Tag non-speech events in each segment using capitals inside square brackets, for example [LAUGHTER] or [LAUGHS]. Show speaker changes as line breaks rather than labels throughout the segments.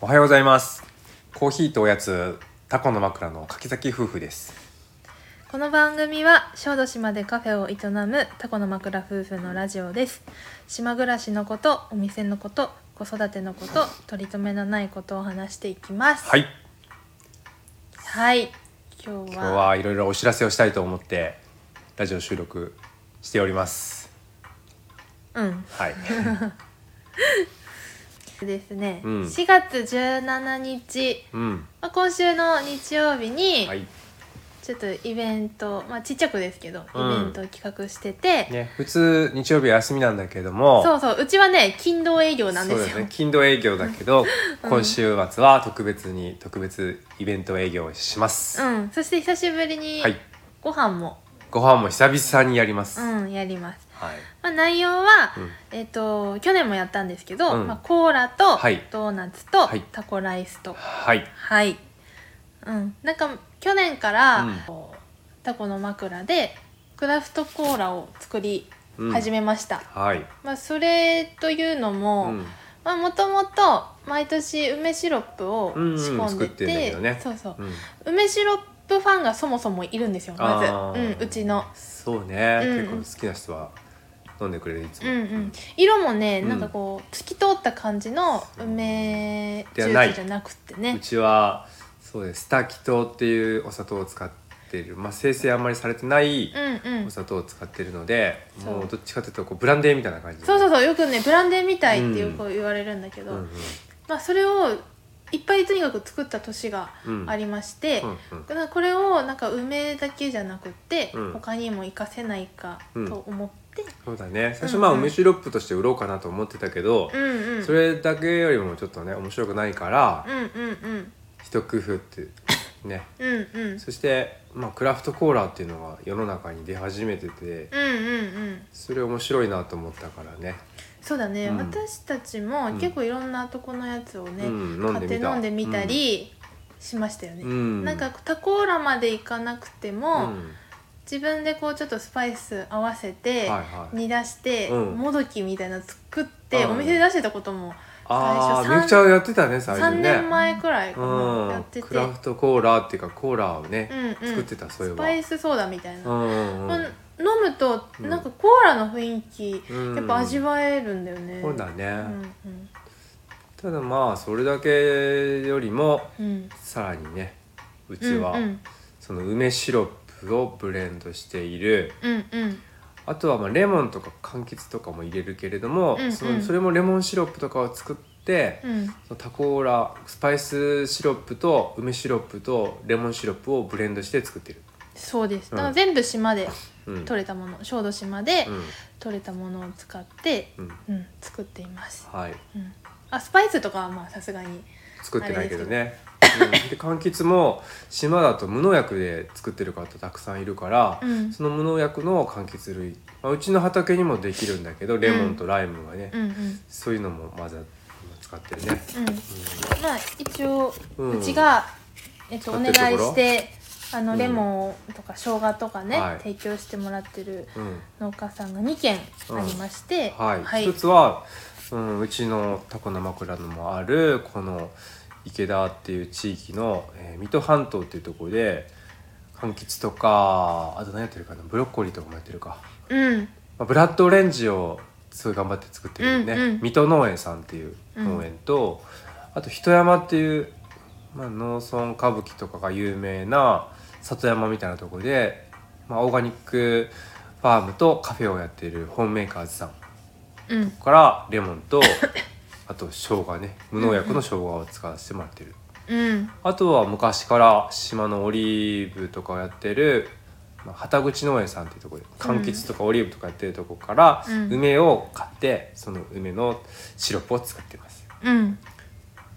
おはようございますコーヒーとおやつタコの枕の柿崎夫婦です
この番組は小豆島でカフェを営むタコの枕夫婦のラジオです島暮らしのことお店のこと子育てのこと取り留めのないことを話していきます
はい
はい今日
今日
は
はいろいろお知らせをしたいと思ってラジオ収録しております
うん
はい
[LAUGHS] ですね、
うん
4月17日、
うん
まあ、今週の日曜日に
はい
ちょっとイベント、まあ、ちっちゃくですけどイベ
うん
ントを企画してて、
ね普通日曜日は休みなんだけれども
そうそううちはね勤労営業なんで
そう
す
だ
よ
ね勤労営業だけど、今週末は特別に特別イベント営業をします、
うん、そして久しぶりに
はい
ご飯も、
ご飯も久々にやります、
うん、やります。
はい
まあ、内容は、
うん
えっ、と去年もやったんですけど、
うん
まあ、コーラと、
はい
ドーナツと、
はい
タコライスと、
はい
はい、うん、なんか去年から、
うん
こうタコの枕でクラフトコーラを作り
うん
始めました。
はい、
まあ、それというの
う
も、
ん、
まあ、もともと毎年梅シロップを仕
うんうん
込ん
作っ
で
て
て、
んだけどね
そうそう、
うん
梅シロップファンがそもそもいるんですよ
あ
まず、う
ー
ん、うちの。
そうね、
うんうん
結構好きな人は飲んでくれるいつ
う
も、
んうん、色もね、
うん
なんかこう透き通った感じの梅ジュースじゃなくて
う
ね
ちはそうですスタキ糖っていうお砂糖を使っている、まあ、生成あんまりされてない
うんうん
お砂糖を使ってるので、
そう
もうどっちかというとこうブランデーみたいな感じで
そうそうそうよくねブランデーみたいってよ
うん
く言われるんだけど、
うんうん
まあ、それをいっぱいとにかく作った年が
うん
ありまして、
うん
だからこれをなんか梅だけじゃなくって、
うん
他にも活かせないかと思って、
そうだね最初まあ
うんうん
梅シロップとして売ろうかなと思ってたけど
う、ん、うんうん
それだけよりもちょっとね面白くないから、
うんうん
一工夫って
[LAUGHS]
ね
うんうんうん
そして、まあ、クラフトコーラっていうのが世の中に出始めてて
うんうんうん
それ面白いなと思ったからね
そうだね、
うん
私たちも結構いろんなとこのやつをね、
うん飲ん
買
で
って
みた
飲んでみたりしましたよね、
うん
なんかタコーラまでいかなくて
う
も、
ん
自分でこうちょっとスパイス合わせて、
はいはい
煮出して、
うん
もどきみたいなの作って、
うん
お店で出してたことも
あ
最初
あ
三
みゆきちゃんやってたね最初
3
ね
年前くらいかな、やっ
う
て
ん
て
クラフトコーラっていうかコーラをね、
うんうん
作ってたそういえ
ス
ば
パイスソーダみたいな、
うんうんう
まあ
ん
飲むと
うん
なんかコーラの雰囲気、
うん
やっぱ味わえるんだよね
そうだね、
うんうん
ただまあそれだけよりも
うん
さらにねうちは、
うんうん
その梅シロップをブレンドしている
うんうん
あとはまあレモンとか柑橘とかも入れるけれども、
うんうん
そのそれもレモンシロップとかを作って、
うん
そのタコーラスパイスシロップと梅シロップとレモンシロップをブレンドして作ってる。
そうです、
うん
だから全部島で
うん
取れたもの小豆島で
うん
取れたものを使って、
うん、
うん、作っています、
はい
うん、あスパイスとかはまあさすがに
作ってないけどね。うんで柑橘も島だと無農薬で作ってる方たくさんいるから、
うん
その無農薬の柑橘類、まあ、うちの畑にもできるんだけどレモンとライムがね、
うんうん
そういうのもまだ使ってるね。
うんまあ一応、
う
うんちが、えっと、お
使っ
願い
てるところ
してあ
う
の
ん
レモンとか生姜とかね、
はい
提供してもらってる
うん
農家さんが2軒ありまして、
はい、
はい、
一つは、うん、うちのタコの枕のもあるこの池田っていう地域の、えー水戸半島っていうところで柑橘とかあと何やってるかなブロッコリーとかもやってるか、
うん
まあ、ブラッドオレンジをすごい頑張って作ってるよね、
うんうん
水戸農園さんっていう農園と、あと人山っていう、まあ、農村歌舞伎とかが有名な里山みたいなところで、まあ、オーガニックファームとカフェをやっているホームメーカーズさん
うん
からレモン
[LAUGHS]
とあと生姜ね無農薬の生姜を使わせてもらってる
うん
あとは昔から島のオリーブとかをやってるまあ旗口農園さんっていうところで柑橘とかオリーブとかやってるところから、
うん
梅を買ってその梅のシロップを使ってます
うん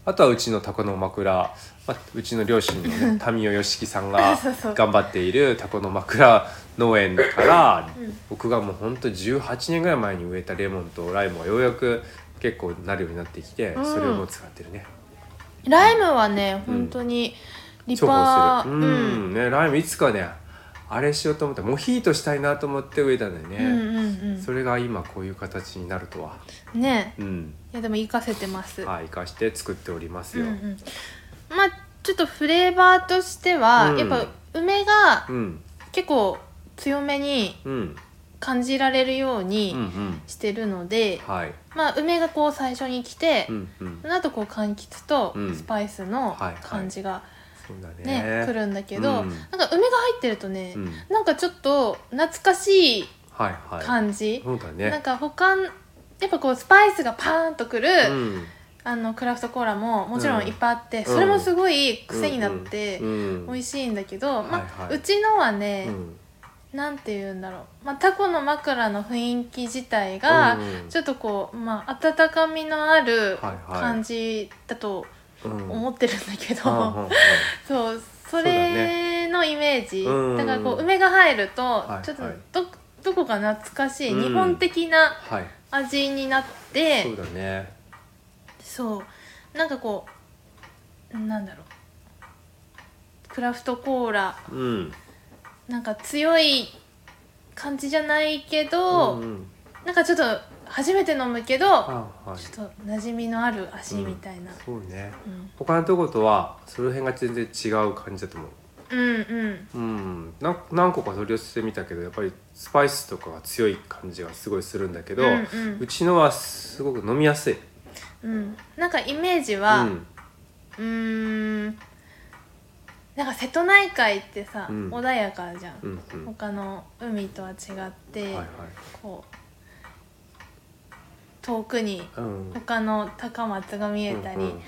あとはうちのタコの枕、まあ、うちの両親の、ね、民生義樹さんが
[LAUGHS] そうそう
頑張っているタコの枕農園から、
うん
僕がもうほんと18年ぐらい前に植えたレモンとライムがようやく結構なるようになってきて、
うん
それをもう使ってるね
ライムはね
うん
本当に立
重宝し
派、
てるうん、ねライムいつかねあれしようと思ってモヒートしたいなと思って植えたんだよ
うん
ね、
うん
それが今こういう形になるとは
うんね
うん
いやでも活かせてます、
はい生かして作っております
うん
よ、
う
うん
ん、まあちょっとフレーバーとしては、
うん
やっぱ梅が
うん
結構強めに
うん
感じられる
う
よう
んう
に
ん
してるので、
はい
まあ梅がこう最初に来て、
うんうん
その後こう柑橘と
うん
スパイスの
はいはい
感じが
そうだ
ね、
ね
来るんだけど、
うん
なんか梅が入ってるとね、
うん
なんかちょっと懐かしい
はいはい
感じ、
そうだ
なん
ね
か他やっぱこうスパイスがパーンとくる、
うん
あのクラフトコーラももちろんいっぱいあって、
ん
それもすごい癖になって
うん
美味しいんだけど、
は
まあ
いはいう
ちのはね
う、ん
なんて言うんだろう、まあ、タコの枕の雰囲気自体が、
うん
ちょっとこう、まあ、温かみのある
はいはい
感じだと
うん
思ってるんだけど、
うんうんうん
そうそ
そうだ
れのイメージだ,、
うん
からこう梅が入ると
はい
ちょっと
はい
ど,、どこか懐かしい
うん
日本的な [LAUGHS]
はい
味になって、
そうだね
そうなんかこうなんだろうクラフトコーラ
うん
なんか強い感じじゃないけど、
うんうん
なんかちょっと初めて飲むけど、
あはい
ちょっと馴染みのある味みたいな、
そうね
うん
他のとことはその辺が全然違う感じだと思う
うん、うん
うん、な何個か取り寄せてみたけどやっぱりスパイスとかが強い感じがすごいするんだけど、
う
うん
うん
ちのはすごく飲みやすい、
うんなんかイメージ
う
は、
ん、
うーんなんか瀬戸内海ってさ、
うん
穏やかじゃん、
うんうん
他の海とは違って、
はいはい、
こう遠くに
うん
他の高松が見えたり、
うん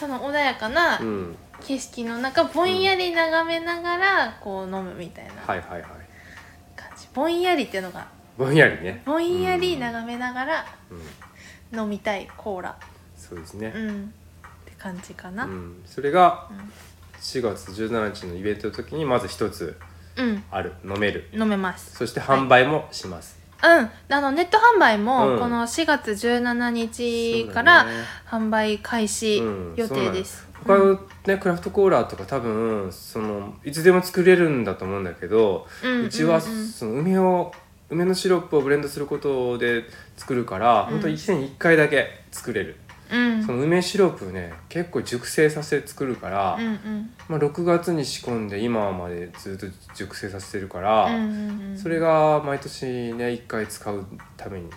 その穏やかな
うんうん
景色の中ぼんやり眺めながらこう飲むみたいな
は
感
いはいはい
じ、ぼんやりっていうのが
ぼんやりね
ぼんやり
長
眺めながら
うんうん、
飲みたいコーラ
そうですね
う、んって感じか
う
な、
ん、それが
うん
4月17日のイベントの時にまず一つ
うん、
ある飲める
飲めます
そして販売もします、
うん、あのネット販売
う
も
ん
この4月17
そ
日か
うだ
ら
ね
販売開始
うん
予定です。
他のねクラフトコーラとか多分そのいつでも作れるんだと思うんだけど、
うんうん
うちは
うんうん
その梅を梅のシロップをブレンドすることで作るから、
ん
本当一年に1回だけ作れる、
うん、
その梅シロップね結構熟成させて作るから、
うんうん
まあ、6月に仕込んで今までずっと熟成させてるから、
うんうんうん
それが毎年ね1回使うために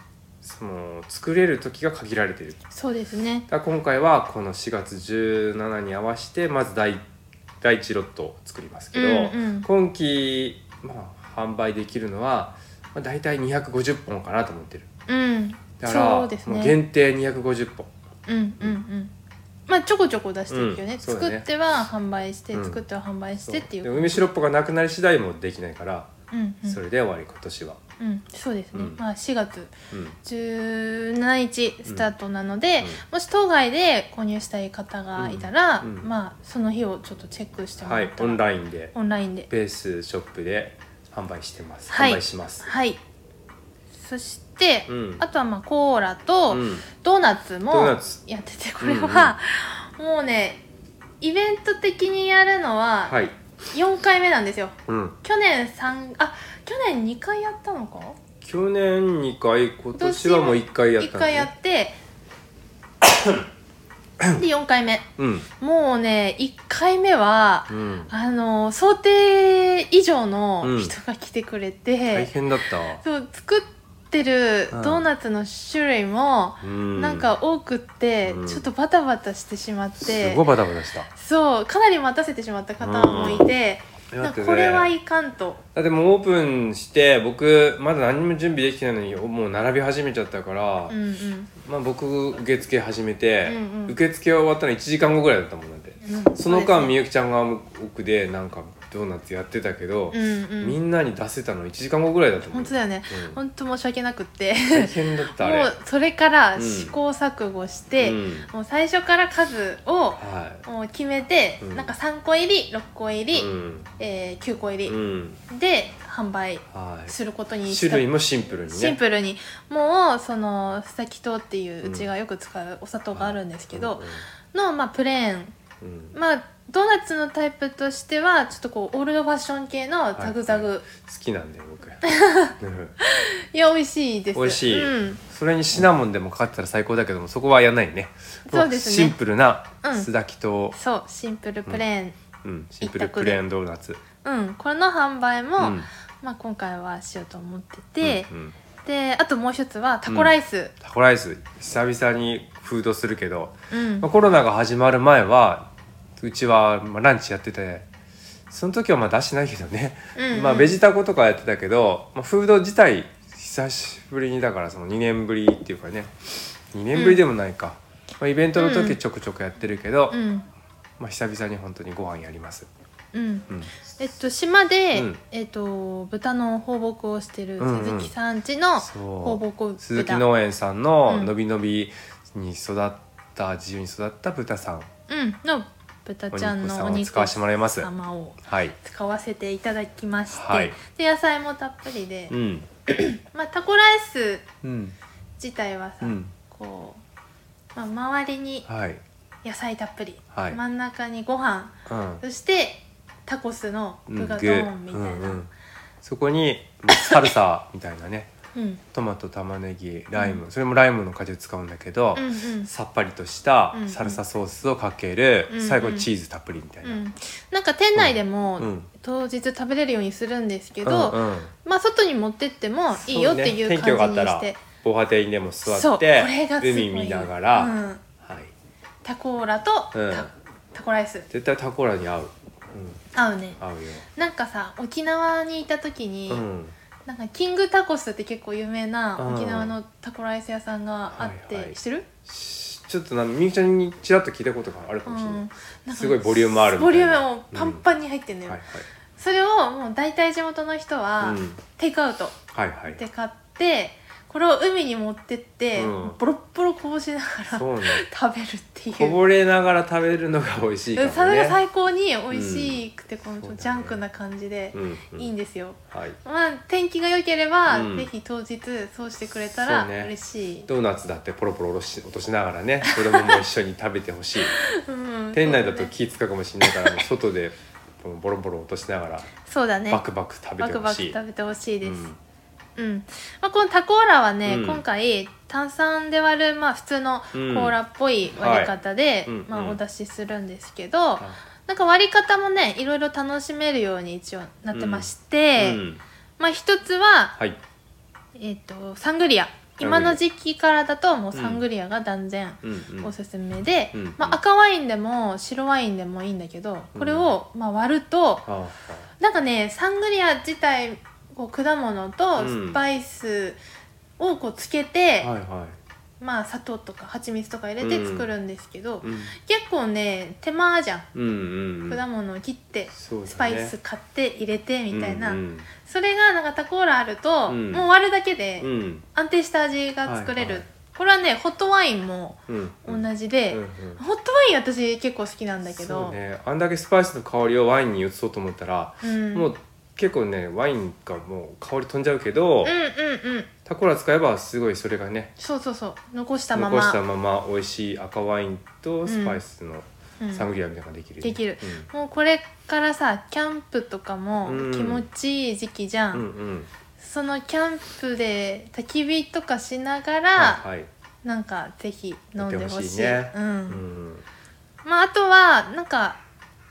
その作れる時が限られている
そうですね。
だから今回はこの4月17に合わせてまず第第1ロットを作りますけど、
うんうん
今期、まあ、販売できるのは、まあ、大体250本かなと思ってる
うん、
だから
そうです
もう
ね。
限定250本
うんうんうん。まあちょこちょこ出していくよね。
うんそう
作
だね
っては販売して、
うん
作っては販売してってい。
そうで梅シロップがなくなり次第もできないから、
うんうん
それで終わり今年は、
うん、そうですね。
うん
まあ4月
うん、
17日スタートなので、
うん
もし当該で購入したい方がいたら、
うんうん
まあその日をちょっとチェックしても
は
ら
い
った
オ
ら、
ンラインで
オンラインで
ベースショップで販売してます、
はい
販売します
はいそして、
うん
あとはまあコーラと
うん
ドーナツも
ドーナツ
やっててこれは、もうねイベント的にやるのは
はい、
4回目なんですよ、
うん、
去年3あ去年2回やったのか
去年2回今年はもう1回やっ
1
たのね
回やって
[COUGHS]
で4回目
うん
もうね1回目は
うん
あの想定以上
う
の
ん
人が来てく
大
れて、
変だったわ
そう作ってる
うん
ドーナツの種類も
うん
なんか多くって、
うん
ちょっとバタバタしてしまっ
す
て、
ごいバタバタした
そうかなり待たせてしまった方もいて、
だ
なん
って
か
ね
これはいかんと、
だってもうオープンして僕まだ何も準備できてないのにもう並び始めちゃったから、
うんうん
まあ、僕受付始めて、
うんうん
受付が終わったの1時間後ぐらいだったもんだって、
うん
その間み
う
ゆきちゃんが奥でなんかドーナツやってたけど
で、すねうん
み
うん
んなに出せたの1時間後ぐらいだったもん
本当だよね、
うん
本当申し訳なくって
大変だったあれ
もうそれから
うん
試行錯誤して、
うん
もう最初から数を
は
もう決めて、
うん
なんか3個入り6個入
い
り、
うん
えー9個入り、
うん
で販売
はい
することにした
種類もシンプルにね
シンプルにもうそのスタキ糖っていううんうちがよく使うお砂糖があるんですけ
うん
ど、の、まあ、プレーン
うん
まあドーナツのタイプとしてはちょっとこうオールドファッション系のザグザグ、い
好きなんだよ僕、 [LAUGHS] うん
や美味しいです
美味しい
うん、
それにシナモンでもかかってたら最高だけどもそこはやんないね
そうですね
シンプルな
うん
素炊きと、
そうシンプルプレーン
うんシンプルプレーンドーナツ
うん、これの販売
う
も、
ん
まあ、今回はしようと思ってて、
うんうん
であともう一つはタコライス、
タコライス久々にフードするけど、
うん
まあ、コロナが始まる前はうちはまあランチやっててその時はまあ出してないけどね、
うんうん
まあ、ベジタコとかやってたけど、まあ、フード自体久しぶりにだからその2年ぶりっていうかね2年ぶりでもないか、まあ、イベントの
うんうん
時ちょくちょくやってるけど、
うん
まあ、久々に本当にご飯やります、
うん
うん、
えっと島で、
うん
えっと豚の放牧をしてる
うんうん
鈴木さん家の
そう
放牧豚、
鈴木農園さんの
うん
のびのびに育った、自由に育った豚さん
うんの豚ちゃんのお
お肉さんを
肉
使わせてもらいます
様を
はい、
使わせていただきまして、
はい
で野菜もたっぷりで、
うん
まあ、タコライス
うん
自体は
う
さ、
ん
こう、まあ、周りに
はい
野菜たっぷり、
はい
真ん中にご飯
うん
そしてタコスの
うん
具がド
具
ーンみたいな、
うんうんそこにサルサみたいなね [LAUGHS]
うん
トマト玉ねぎライム、それもライムの果汁使うんだけど、
うんうん
さっぱりとした
うんうん
サルサソースをかける、
うんうん
最後チーズたっぷりみたいな、
うんなんか店内でも
うん
当日食べれるようにするんですけ
け
ど、まあ外に持ってってもいいよっていう感じにして
防波堤にでも座
そ
っ
うこ
て
れがすごい
海見ながら、
うん
はい、
タコーラとタ,、
うん
タコライス
絶対タコラに合う、うん、
合うね
合うよ、
なんかさ沖縄にいた時に、
うん、
なんかキングタコスって結構有名
う
なん沖縄のタコライス屋さんがあって、
はいはい
知ってる、
しちょっとなんみゆきちゃんにちらっと聞いたことがあるか
うん
もしれない、は
なんか
すごいボリュームあるみたいな
ボリュームもパンパンに入ってんの
い
よ、
はい
それをもう大体地元の人は、
うん
テイクアウト
はいはい
で買ってこれを海に持ってって、
うん
ボロッボロこぼしながら
そうね
食べるっていう
こぼれながら食べるのが美味しいかもね
それが最高に美味しくて、このち
そ
ょっ
うだ
と
ね
ジャンクな感じで
うんうん
いいんですよ、
はい
まあ天気が良ければ、
うん
ぜひ当日そうしてくれたら
そうね
嬉しい、
ドーナツだってポロポロ落とし落としながらね子供も一緒に食べてほしい
[LAUGHS] うん
店内だと気使うかもしれないからもう外
[LAUGHS]
でこのボロボロ落としながら
そうだね
バクバク食べ
バ
て
ク
ほ
バク
しい
食べてほしいです、
うん
うんまあ、このタコーラは
う
ね、
ん
今回炭酸で割る、まあ、普通のコーラっぽい割り方で、
うんはいうん
ま
う
あ、
ん
お出しするんですけど、
あ
なんか割り方もねいろいろ楽しめるように一応なってまして、
うん
まあ、一つは、
はい
えっとサングリア
リア
今の時期からだともうサングリアが断然
うんうん
おすすめで、
うん
まあ、赤ワインでも白ワインでもいいんだけどこれをまあ割ると、
あ
なんかねサングリア自体こう果物とスパイスをこうつけて、
あはいは
まあ砂糖とか蜂蜜とか入れて
うん
作るんですけど、
いうん
結構ね手間じゃん、
うんうんうん
果物を切って
そうだね
スパイス買って入れてみたいな、
うんうん
それがなんかタコーラあると、
うん
もう割るだけ
う
で
ん
安定した味が作れる、
はいはい
これはねホットワインも
うん
同
だ
じで、ホットワイン私結構好きなんだけ
そ
ど
うねあんだけスパイスの香りをワインに移そうと思ったら
うん、
もう結構ねワインがもう香り飛んじゃうけど、
うんうんうん
タコラ使えばすごいそれがね
そうそうそう残したまま
残したまま美味しい赤ワインとスパイスの
うん
サングリアみたいなのができる、ね
できるもうこれからさキャンプとかも
うん
気持ちいい時期じゃ、
うんん、うんうん
そのキャンプで焚き火とかしながら、
はいはい、
なんかぜひ飲んでほしい
やってほしいね
うん
うん、
まあ、あとはなんか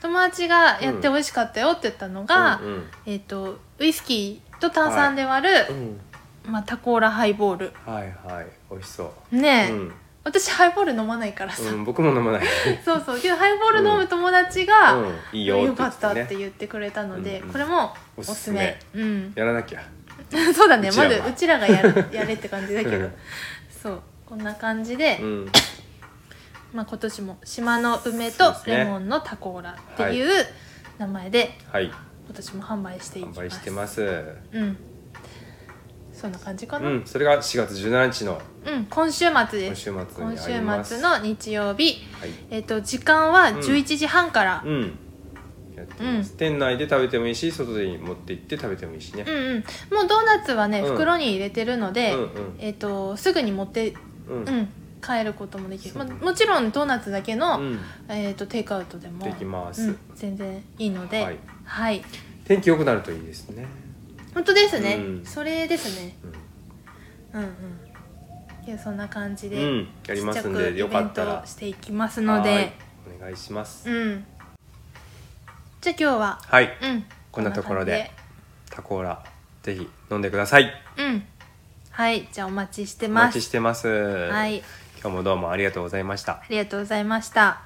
友達がやって美味しかったよって言ったのが、
うんうん
えっ、とウイスキーと炭酸で割る、
うん
まあ、タコーラハイボール
はいはい美味しそう、
ねえ、
うん
私ハイボール飲まないからさ、
うん、僕も飲まない、
そうそうけどハイボール飲む友達が、
うん、いいよ
よかったって
言てね
言ってくれたので、
うんうん
これもお
お
す
す
す
す
め
め
う
[LAUGHS]
ん、
やらなきゃ
そうだね
うち
ま
らは
ずうちらがや
[LAUGHS]
るやれって感じだけ
う
ど
ん
そうこんな感じで、
うん
まあ、今年も島の梅と
そうですね
レモンのタコーラっていう名前で
はい
今年も販売していきま
販
す
売してます
うんそんな感じか
う
な、うん
んそれが4月17日の
今週末で
今
す
週末
今
に
週
あります
末の日曜日、
はい
えっと時間は
ん
11時半から、
うんやってます、
うん
店内で食べてもいいし外に持って行って食べてもいいしね
うんうん、もうドーナツはね、
うん
袋に入れてるので、
うんうん
えっとすぐに持って
うん
うん、帰ることもできる、
そ
まあ、
う
もちろんドーナツだけの、
うん、
えー、とテイクアウトでも
できます
うん全然いいのでは
はいい、天気良くなるといいですね、
本当ですね、
うん
それですね
うん
うんうんいやそんな感じ
う
で、
ん、やりますんでよかった
ちっちゃくイベントを
ら
していきますので
はいお願いします、
うんじゃあ今日は
はい
うん
こんなところでタコーラぜひ飲んでください
こんな感じでうんはいじゃあお待ちして
お
ま
待
す
ちしてます、
はい
今日もどうもありがとうございました
ありがとうございました